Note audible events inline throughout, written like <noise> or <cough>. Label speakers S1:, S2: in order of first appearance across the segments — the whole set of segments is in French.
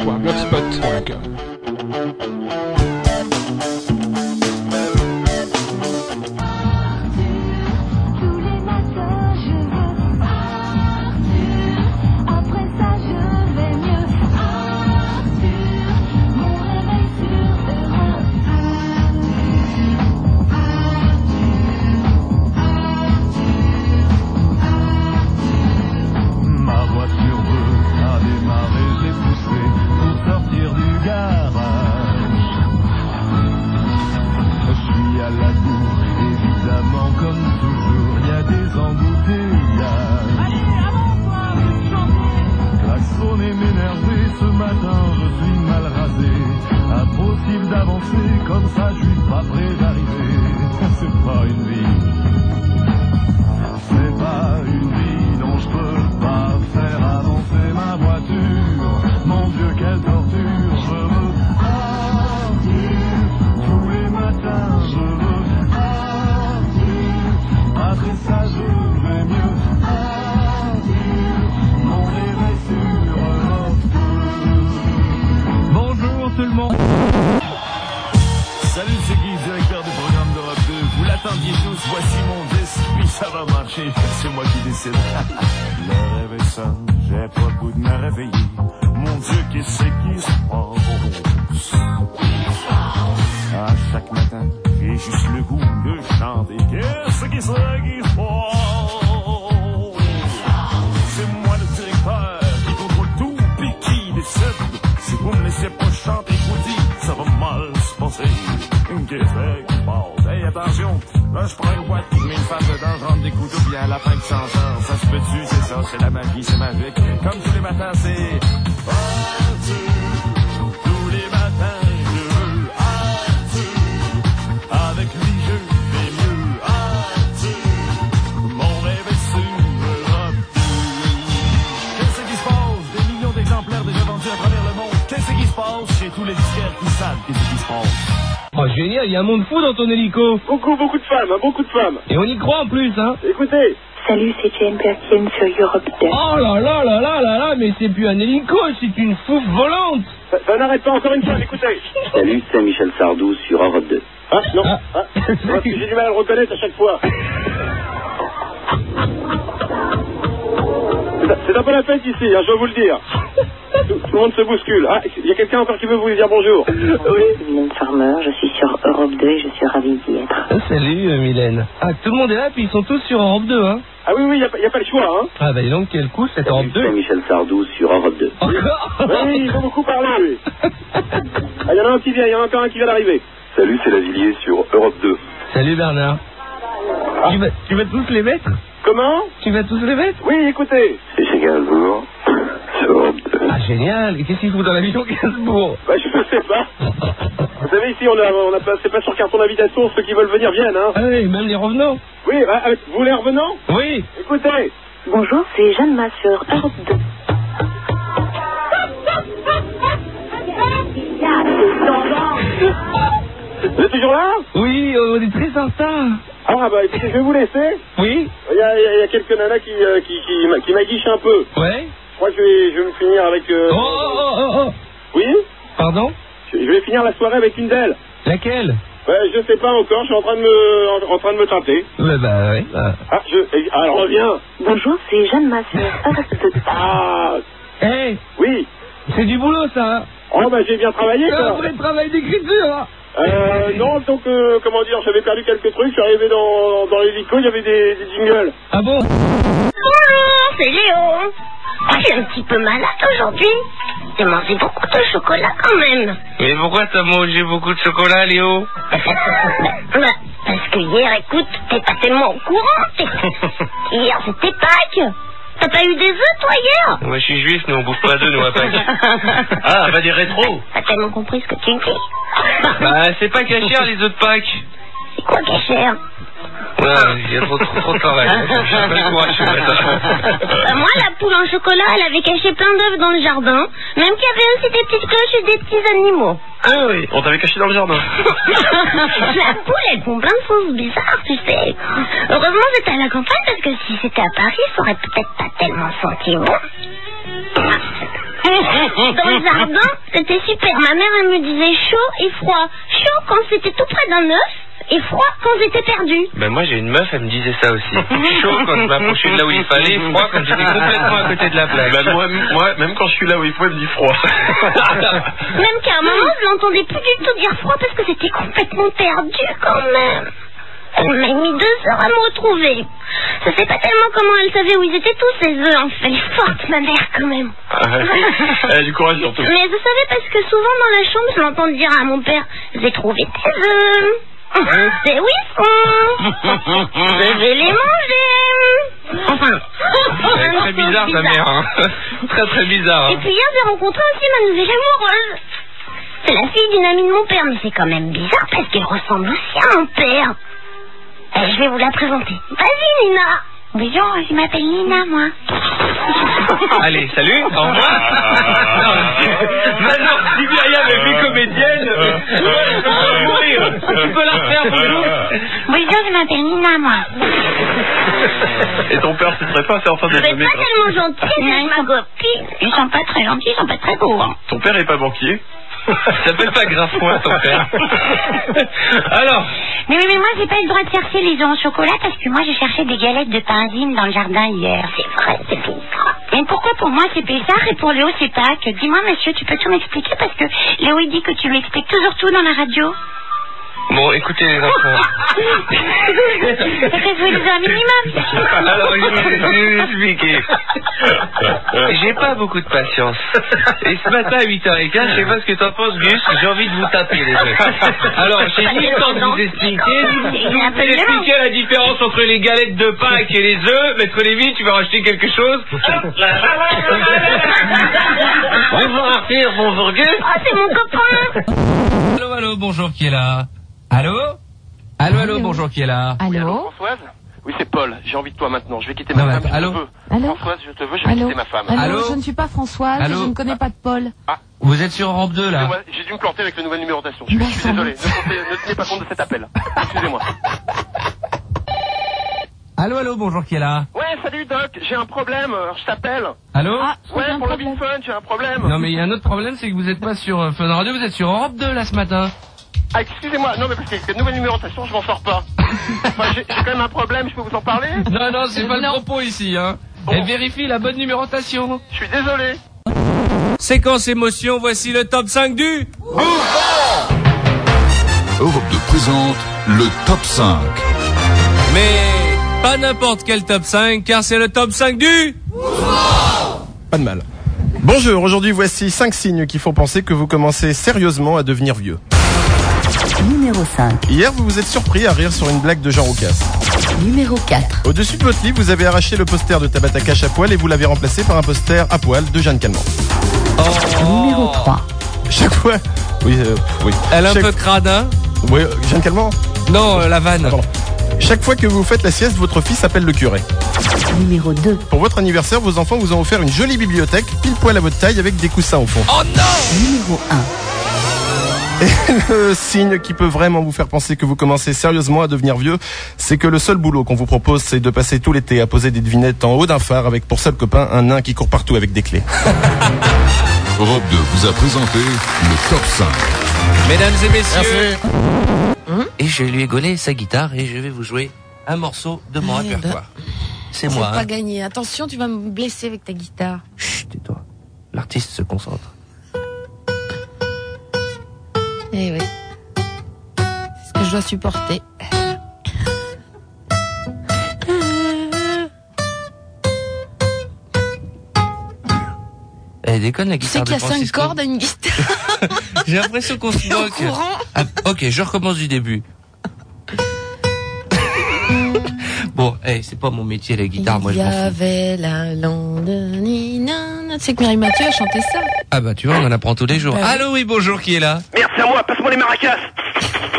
S1: Oncast.blogspot.com
S2: Tous les matins je veux Arthur Après ça je vais mieux Arthur Mon réveil sur Europe Arthur Arthur Arthur
S3: Ma voiture bleue a démarré, j'ai poussé pour sortir du garage. Je suis à la cour, évidemment, comme toujours, il y a des embouteillages. Allez, avant toi, Klaxon et m'énervé, ce matin je suis mal rasé. Impossible d'avancer, comme ça je suis pas prêt d'arriver. C'est pas une vie. C'est pas une vie dont je peux pas faire avancer ma voiture. Mon Dieu, quelle torture, je veux partir. Tous les matins, je veux partir. Après ça, je vais mieux partir. Mon réveil sur Europe 2. Bonjour tout le monde.
S4: Salut, c'est Guy, directeur du programme d'Europe 2. Vous l'attendiez tous, voici mon disque, puis ça va marcher. C'est moi qui décide. Le réveil sonne, j'ai pas le goût de me réveiller. Mon Dieu, qu'est-ce qui se passe? Ah, chaque matin, j'ai juste le goût de chanter. Qu'est-ce qui se passe? C'est moi le directeur qui contrôle tout, puis qui décide. Si vous me laissez pas chanter, je vous dis, ça va mal se passer. Qu'est-ce qui se passe? Hey, attention, là je prends une boîte qui met une femme dedans, je rentre des couteaux, puis à la fin que ça en sort. Ça se peut dessus, c'est ça, c'est la magie, c'est magique. Comme tous les matins, c'est... Arthur. Tous les matins, je veux Arthur. Avec lui, je vais mieux Arthur. Mon rêve est sur Europe Qu'est-ce qui se passe Des millions d'exemplaires déjà vendus à travers le monde. Qu'est-ce qui se passe chez tous les disquaires qui savent qu'est-ce qui se passe
S5: Oh génial, il y a un monde fou dans ton hélico. Beaucoup, beaucoup de femmes, hein, beaucoup de femmes. Et on y croit en plus, hein. Écoutez.
S6: Salut, c'est Jane Perkins sur Europe 2.
S5: Oh là là là là là là, mais c'est plus un hélico, c'est une fouf volante. Ça, n'arrête pas encore une fois, écoutez.
S7: Salut, c'est Michel Sardou sur Europe 2.
S8: Hein Non Hein Parce que J'ai du mal à le reconnaître à chaque fois. C'est- C'est un peu la fête ici, hein, je vais vous le dire. Tout, tout le monde se bouscule. Ah, il y a quelqu'un encore qui veut vous dire bonjour.
S6: Mylène Farmer, je suis sur Europe 2 et je suis ravie d'y être.
S5: Salut, euh, Mylène. Ah, tout le monde est là, puis ils sont tous sur Europe 2, hein.
S8: Ah oui, oui, il n'y a, pas le choix. Hein.
S5: Ah bah dis donc, quel coup, cette Europe 2.
S7: C'est Michel Sardou sur Europe 2.
S8: Oui, ils ont beaucoup parlé, oui. Ah, il y en a un qui vient, il y en a encore un qui vient d'arriver.
S7: Salut, c'est Lavillier sur Europe 2.
S5: <laughs> Salut Bernard. Tu, vas, tu vas tous les mettre
S8: Comment
S5: Tu vas tous les mettre
S8: Oui, écoutez.
S7: C'est chez Gainsbourg sur Europe 2.
S5: Ah génial, Et qu'est-ce qu'il fout dans la vision Gainsbourg
S8: Bah, je ne sais pas. Vous savez, ici, on a, on a pas, c'est pas sur carton d'invitation, ceux qui veulent venir viennent. Hein.
S5: Ah oui, même les revenants.
S8: Oui, bah, euh, vous les revenants
S5: Oui.
S8: Écoutez.
S6: Bonjour, c'est Jeanne Masse sur Europe 2.
S8: Vous êtes toujours là
S5: Oui, on est très en retard.
S8: Ah bah écoutez, je vais vous laisser.
S5: Oui
S8: Il y a, il y a- il y a quelques nanas qui, euh, qui, qui, m'a- qui m'aguichent un peu.
S5: Ouais
S8: Je crois que je vais, je vais me finir avec... euh,
S5: Oh, oh, oh, oh, oh.
S8: Oui
S5: Pardon
S8: je, je vais finir la soirée avec une d'elles.
S5: Laquelle
S8: Ouais, je sais pas encore, je suis en train de me, en, en train de me teinter.
S5: Bah bah ouais. bah.
S8: Ah, je... eh, Ah, elle revient.
S6: Bonjour, c'est Jeanne Masse sur Europe 2.
S8: Ah,
S5: Eh,
S8: oui.
S5: c'est du boulot ça hein
S8: Oh bah j'ai bien travaillé,
S5: C'est un
S8: quoi.
S5: vrai travail d'écriture hein
S8: Euh, non, donc, euh, comment dire, j'avais perdu quelques trucs, je suis arrivé dans, dans l'hélico, il y avait des, des jingles.
S5: Ah bon
S9: Bonjour, c'est Léo. Ah, j'ai un petit peu malade aujourd'hui. J'ai mangé beaucoup de chocolat quand même.
S10: Mais pourquoi t'as mangé beaucoup de chocolat, Léo
S9: Bah, Parce que hier, écoute, t'es pas tellement au courant. t'es- Hier, c'était Pâques. T'as pas eu des œufs, toi, hier
S10: Moi, je suis juif, mais on bouffe pas d'eux, nous, à Pâques. Ah, bah des rétros
S9: T'as tellement compris ce que
S5: <laughs>
S9: tu dis.
S10: Bah, c'est pas cachère, les œufs de Pâques
S9: C'est quoi, cachère
S10: Ouais, il y a trop, trop, trop de
S9: <laughs>
S10: travail. Je suis pas le courage ce
S9: Bah,
S10: matin.
S9: moi, la poule en chocolat, elle avait caché plein d'œufs dans le jardin, même qu'il y avait aussi des petites cloches et des petits animaux.
S10: Ah oui, on t'avait caché dans le jardin.
S9: la poule, elle font plein de choses bizarres, tu sais. Heureusement, c'était à la campagne, parce que si c'était à Paris, ça aurait peut-être pas tellement senti bon.
S11: dans le jardin, c'était super. Ma mère, elle me disait chaud et froid. Chaud quand c'était tout près d'un œuf et froid quand j'étais perdue.
S10: Bah,
S5: Ben moi j'ai une meuf, elle me disait ça aussi. Chaud quand <laughs> je m'approchais de là où il fallait, froid quand j'étais complètement à côté de la plaque.
S10: Bah,
S12: Ben moi, moi, même quand je suis là où il faut, elle me dit
S10: <laughs>
S5: <laughs>
S12: froid.
S11: Même qu'à un moment, je l'entendais plus du tout dire froid parce que c'était complètement perdu quand même. Elle m'a mis deux heures à me retrouver. Je sais pas tellement comment elle savait où ils étaient tous, ces œufs. Enfin, elle est forte, ma mère, quand même. <laughs>
S12: Elle
S5: Euh,
S9: <laughs>
S12: a du courage surtout.
S11: Mais je savais parce que souvent dans la chambre, je l'entends dire à mon père J'ai trouvé tes œufs. C'est où ils sont Je
S5: <laughs>
S11: vais les manger. Enfin.
S5: C'est très bizarre ta mère. hein. <laughs> Très très bizarre. hein.
S11: Et puis hier, j'ai rencontré aussi ma nouvelle amoureuse. C'est la fille d'une amie de mon père, mais c'est quand même bizarre parce qu'elle ressemble aussi à mon père. Euh, je vais vous la présenter. Vas-y, Nina. Bonjour, je m'appelle Nina, moi.
S5: Allez, salut, au revoir. Manon Siberia mais vu comédienne. Mourir. Tu peux la refaire, bonjour.
S11: Bonjour, je m'appelle Nina, moi.
S12: Et ton père, ce serait pas certain
S11: C'est
S12: d'être
S11: pas
S12: le maître.
S11: tellement gentil, mais ma copine. Ils sont pas très gentils, ils sont pas très beaux. hein.
S12: Ton père est pas
S5: <laughs>
S12: banquier.
S5: T'appelles pas Graffoin ton père. Alors,
S13: Mais oui, mais moi, j'ai pas eu le droit de chercher les œufs en chocolat parce que moi, j'ai cherché des galettes de pain zine dans le jardin hier. C'est vrai, c'est bizarre. Mais pourquoi pour moi, c'est bizarre et pour Léo, c'est Pâques Dis-moi, monsieur, tu peux tout m'expliquer parce que Léo, il dit que tu lui expliques toujours tout dans la radio.
S5: bon, écoutez les enfants.
S13: Réjouis-les un minimum.
S5: Alors, je vais vous expliquer. J'ai pas beaucoup de patience. Et ce matin à 8h15, je sais pas ce que t'en penses, Gus, j'ai envie de vous taper les deux. Alors, j'ai ni le temps de vous expliquer,
S13: Il est un
S5: vous
S13: peu violent.
S5: expliquer la différence entre les galettes de Pâques et les œufs. Maître Lévy, tu vas racheter quelque chose Bonjour Arthur, bonjour Gus.
S14: Ah,
S11: Oh, c'est mon copain.
S5: Allô, allô, bonjour qui est là Allô Allô, allô, bonjour qui est là
S14: Allô
S8: Françoise Oui, c'est Paul. J'ai envie de toi maintenant. Je vais quitter
S5: Non,
S8: ma
S5: mais
S8: femme.
S5: allô
S8: je te veux.
S14: Allô
S8: Françoise, je te veux. Je vais
S14: Allô Ah.
S8: quitter ma femme.
S14: Allô, Je ne suis pas Françoise,
S5: Allô
S14: je ne connais pas de Paul.
S5: Vous êtes sur Europe 2 là
S8: Excusez-moi, J'ai dû me planter avec la nouvelle numérotation. Je, je suis désolé. Ne, comptez- ne tenez pas compte de cet appel. Excusez-moi.
S5: Allô, allô, bonjour qui est là
S8: Ouais, salut Doc. J'ai un problème. euh, Je t'appelle.
S5: Allô
S14: Ah.
S8: Ouais, pour le Big Fun, j'ai un problème.
S5: Non mais il y a un autre problème, c'est que vous n'êtes pas sur euh, Fun Radio, vous êtes sur Europe 2 là ce matin.
S8: Ah, excusez-moi. Non, mais parce qu'avec la nouvelle numérotation, je m'en sors <laughs> pas. Enfin, j'ai j'ai quand même un problème. Je peux vous en parler
S5: Non, non,
S14: Euh,
S5: c'est pas le propos ici. Hein. Et vérifie la bonne numérotation.
S8: Je suis désolé.
S5: Séquence émotion, voici le top 5 du...
S15: Europe 2 présente le top 5.
S5: Mais pas n'importe quel top 5, car c'est le top 5 du...
S16: Pas de mal. Bonjour, aujourd'hui voici 5 signes qui font penser que vous commencez sérieusement à devenir vieux.
S17: Numéro 5,
S16: Hier, vous vous êtes surpris à rire sur une blague de Jean Roucas.
S17: numéro 4,
S16: Au-dessus de votre lit, vous avez arraché le poster de Tabata Cash à poil et vous l'avez remplacé par un poster à poil de Jeanne Calment.
S17: numéro 3,
S16: Chaque fois. Oui, euh, oui.
S5: Oh. Elle est un
S16: Chaque-
S5: peu crade, hein
S16: Oui, euh, Jeanne Calment Ah,
S5: Non, euh, la vanne.
S16: Chaque fois que vous faites la sieste, votre fils appelle le curé.
S17: numéro 2,
S16: Pour votre anniversaire, vos enfants vous ont offert une jolie bibliothèque, pile poil à votre taille, avec des coussins au fond.
S5: Oh non
S17: numéro 1,
S16: Et le signe qui peut vraiment vous faire penser que vous commencez sérieusement à devenir vieux, c'est que le seul boulot qu'on vous propose, c'est de passer tout l'été à poser des devinettes en haut d'un phare avec pour seul copain un nain qui court partout avec des clés.
S15: Europe 2 vous a présenté le top 5.
S5: Mesdames et messieurs Et je lui ai gaulé sa guitare et je vais vous jouer un morceau de mon répertoire. C'est
S18: Faut
S5: moi,
S18: pas
S5: hein.
S18: gagner. Attention, tu vas me blesser avec ta guitare.
S5: l'artiste se concentre.
S18: Eh oui. C'est ce que je dois supporter.
S5: Elle déconne la
S18: Tu sais
S5: guitare
S18: qu'il y
S5: de
S18: a cinq
S5: Francisco.
S18: cordes à une guitare.
S5: J'ai l'impression qu'on se
S18: T'es au
S5: moque.
S18: courant
S5: Ah, ok, je recommence
S18: <laughs>
S5: du début. bon, eh, c'est pas mon métier la guitare, moi
S18: Il
S5: je
S18: y
S5: m'en fous.
S18: avait la lande. Tu sais que Marie Mathieu a chanté ça.
S5: Ah bah tu vois, on en apprend tous les jours.
S18: Ouais.
S5: Allô, oui, bonjour, qui est là
S8: Merde, c'est à moi. Passe-moi les maracas.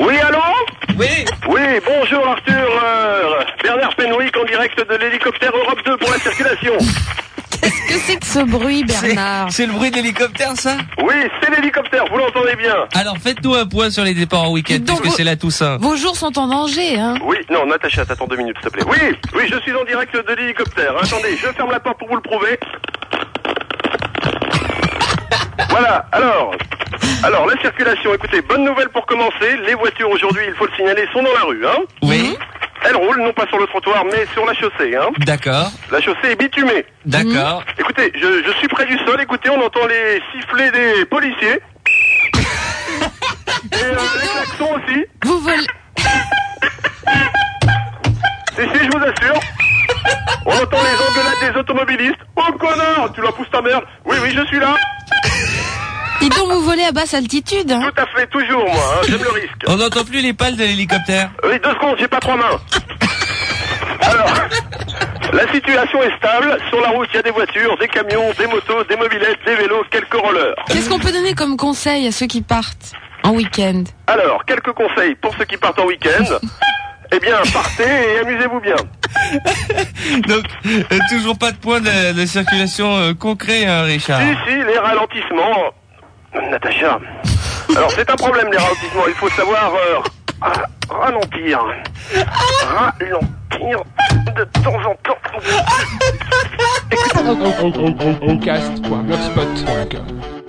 S8: Oui, allô
S5: Oui
S8: Oui, bonjour Arthur. euh, Bernard Penwick en direct de l'hélicoptère Europe 2 pour la circulation.
S18: Qu'est-ce que c'est que ce bruit, Bernard
S5: C'est le bruit de l'hélicoptère, ça
S8: Oui, c'est l'hélicoptère, vous l'entendez bien.
S5: Alors faites-nous un point sur les départs en week-end,
S18: donc,
S5: puisque
S18: vous-
S5: c'est la Toussaint.
S18: Vos jours sont en danger, hein
S8: Oui, non, Natacha, t'attends deux minutes, s'il te plaît. Oui, oui, je suis en direct de l'hélicoptère. Attendez, je ferme la porte pour vous le prouver. Voilà, alors, alors la circulation, écoutez, bonne nouvelle pour commencer, les voitures aujourd'hui, il faut le signaler, sont dans la rue, hein
S5: Oui.
S18: Hmm
S8: Elles roulent non pas sur le trottoir, mais sur la chaussée, hein
S5: D'accord.
S8: La chaussée est bitumée.
S5: D'accord.
S18: Hmm
S8: Écoutez, je, je suis près du sol, écoutez, on entend les sifflets des policiers. Et euh, les klaxons aussi.
S9: Vous volez.
S8: Si, si, je vous assure. On entend les engueulades des automobilistes. Oh connard, tu la pousses ta merde. Oui, oui, je suis là.
S9: Dis donc, vous volez à basse altitude. hein.
S8: Tout à fait, toujours, moi. hein, J'aime le risque.
S5: On n'entend plus les pales
S18: <laughs>
S5: de l'hélicoptère.
S8: Oui, deux secondes, j'ai pas trois mains. Alors, la situation est stable. Sur la route, il y a des voitures, des camions, des motos, des mobilettes, des vélos, quelques rollers.
S9: Qu'est-ce qu'on peut donner comme conseil à ceux qui partent en week-end
S8: Alors, quelques conseils pour ceux qui partent en week-end. Eh bien, partez et amusez-vous bien.
S5: Donc, euh, toujours pas de point de, de circulation euh, concret, hein, Richard.
S8: Si, si, les ralentissements. Natacha. Alors, c'est un problème, les ralentissements. Il faut savoir euh, ra- ralentir. Ralentir de temps en temps.
S1: Oncast.blogspot.com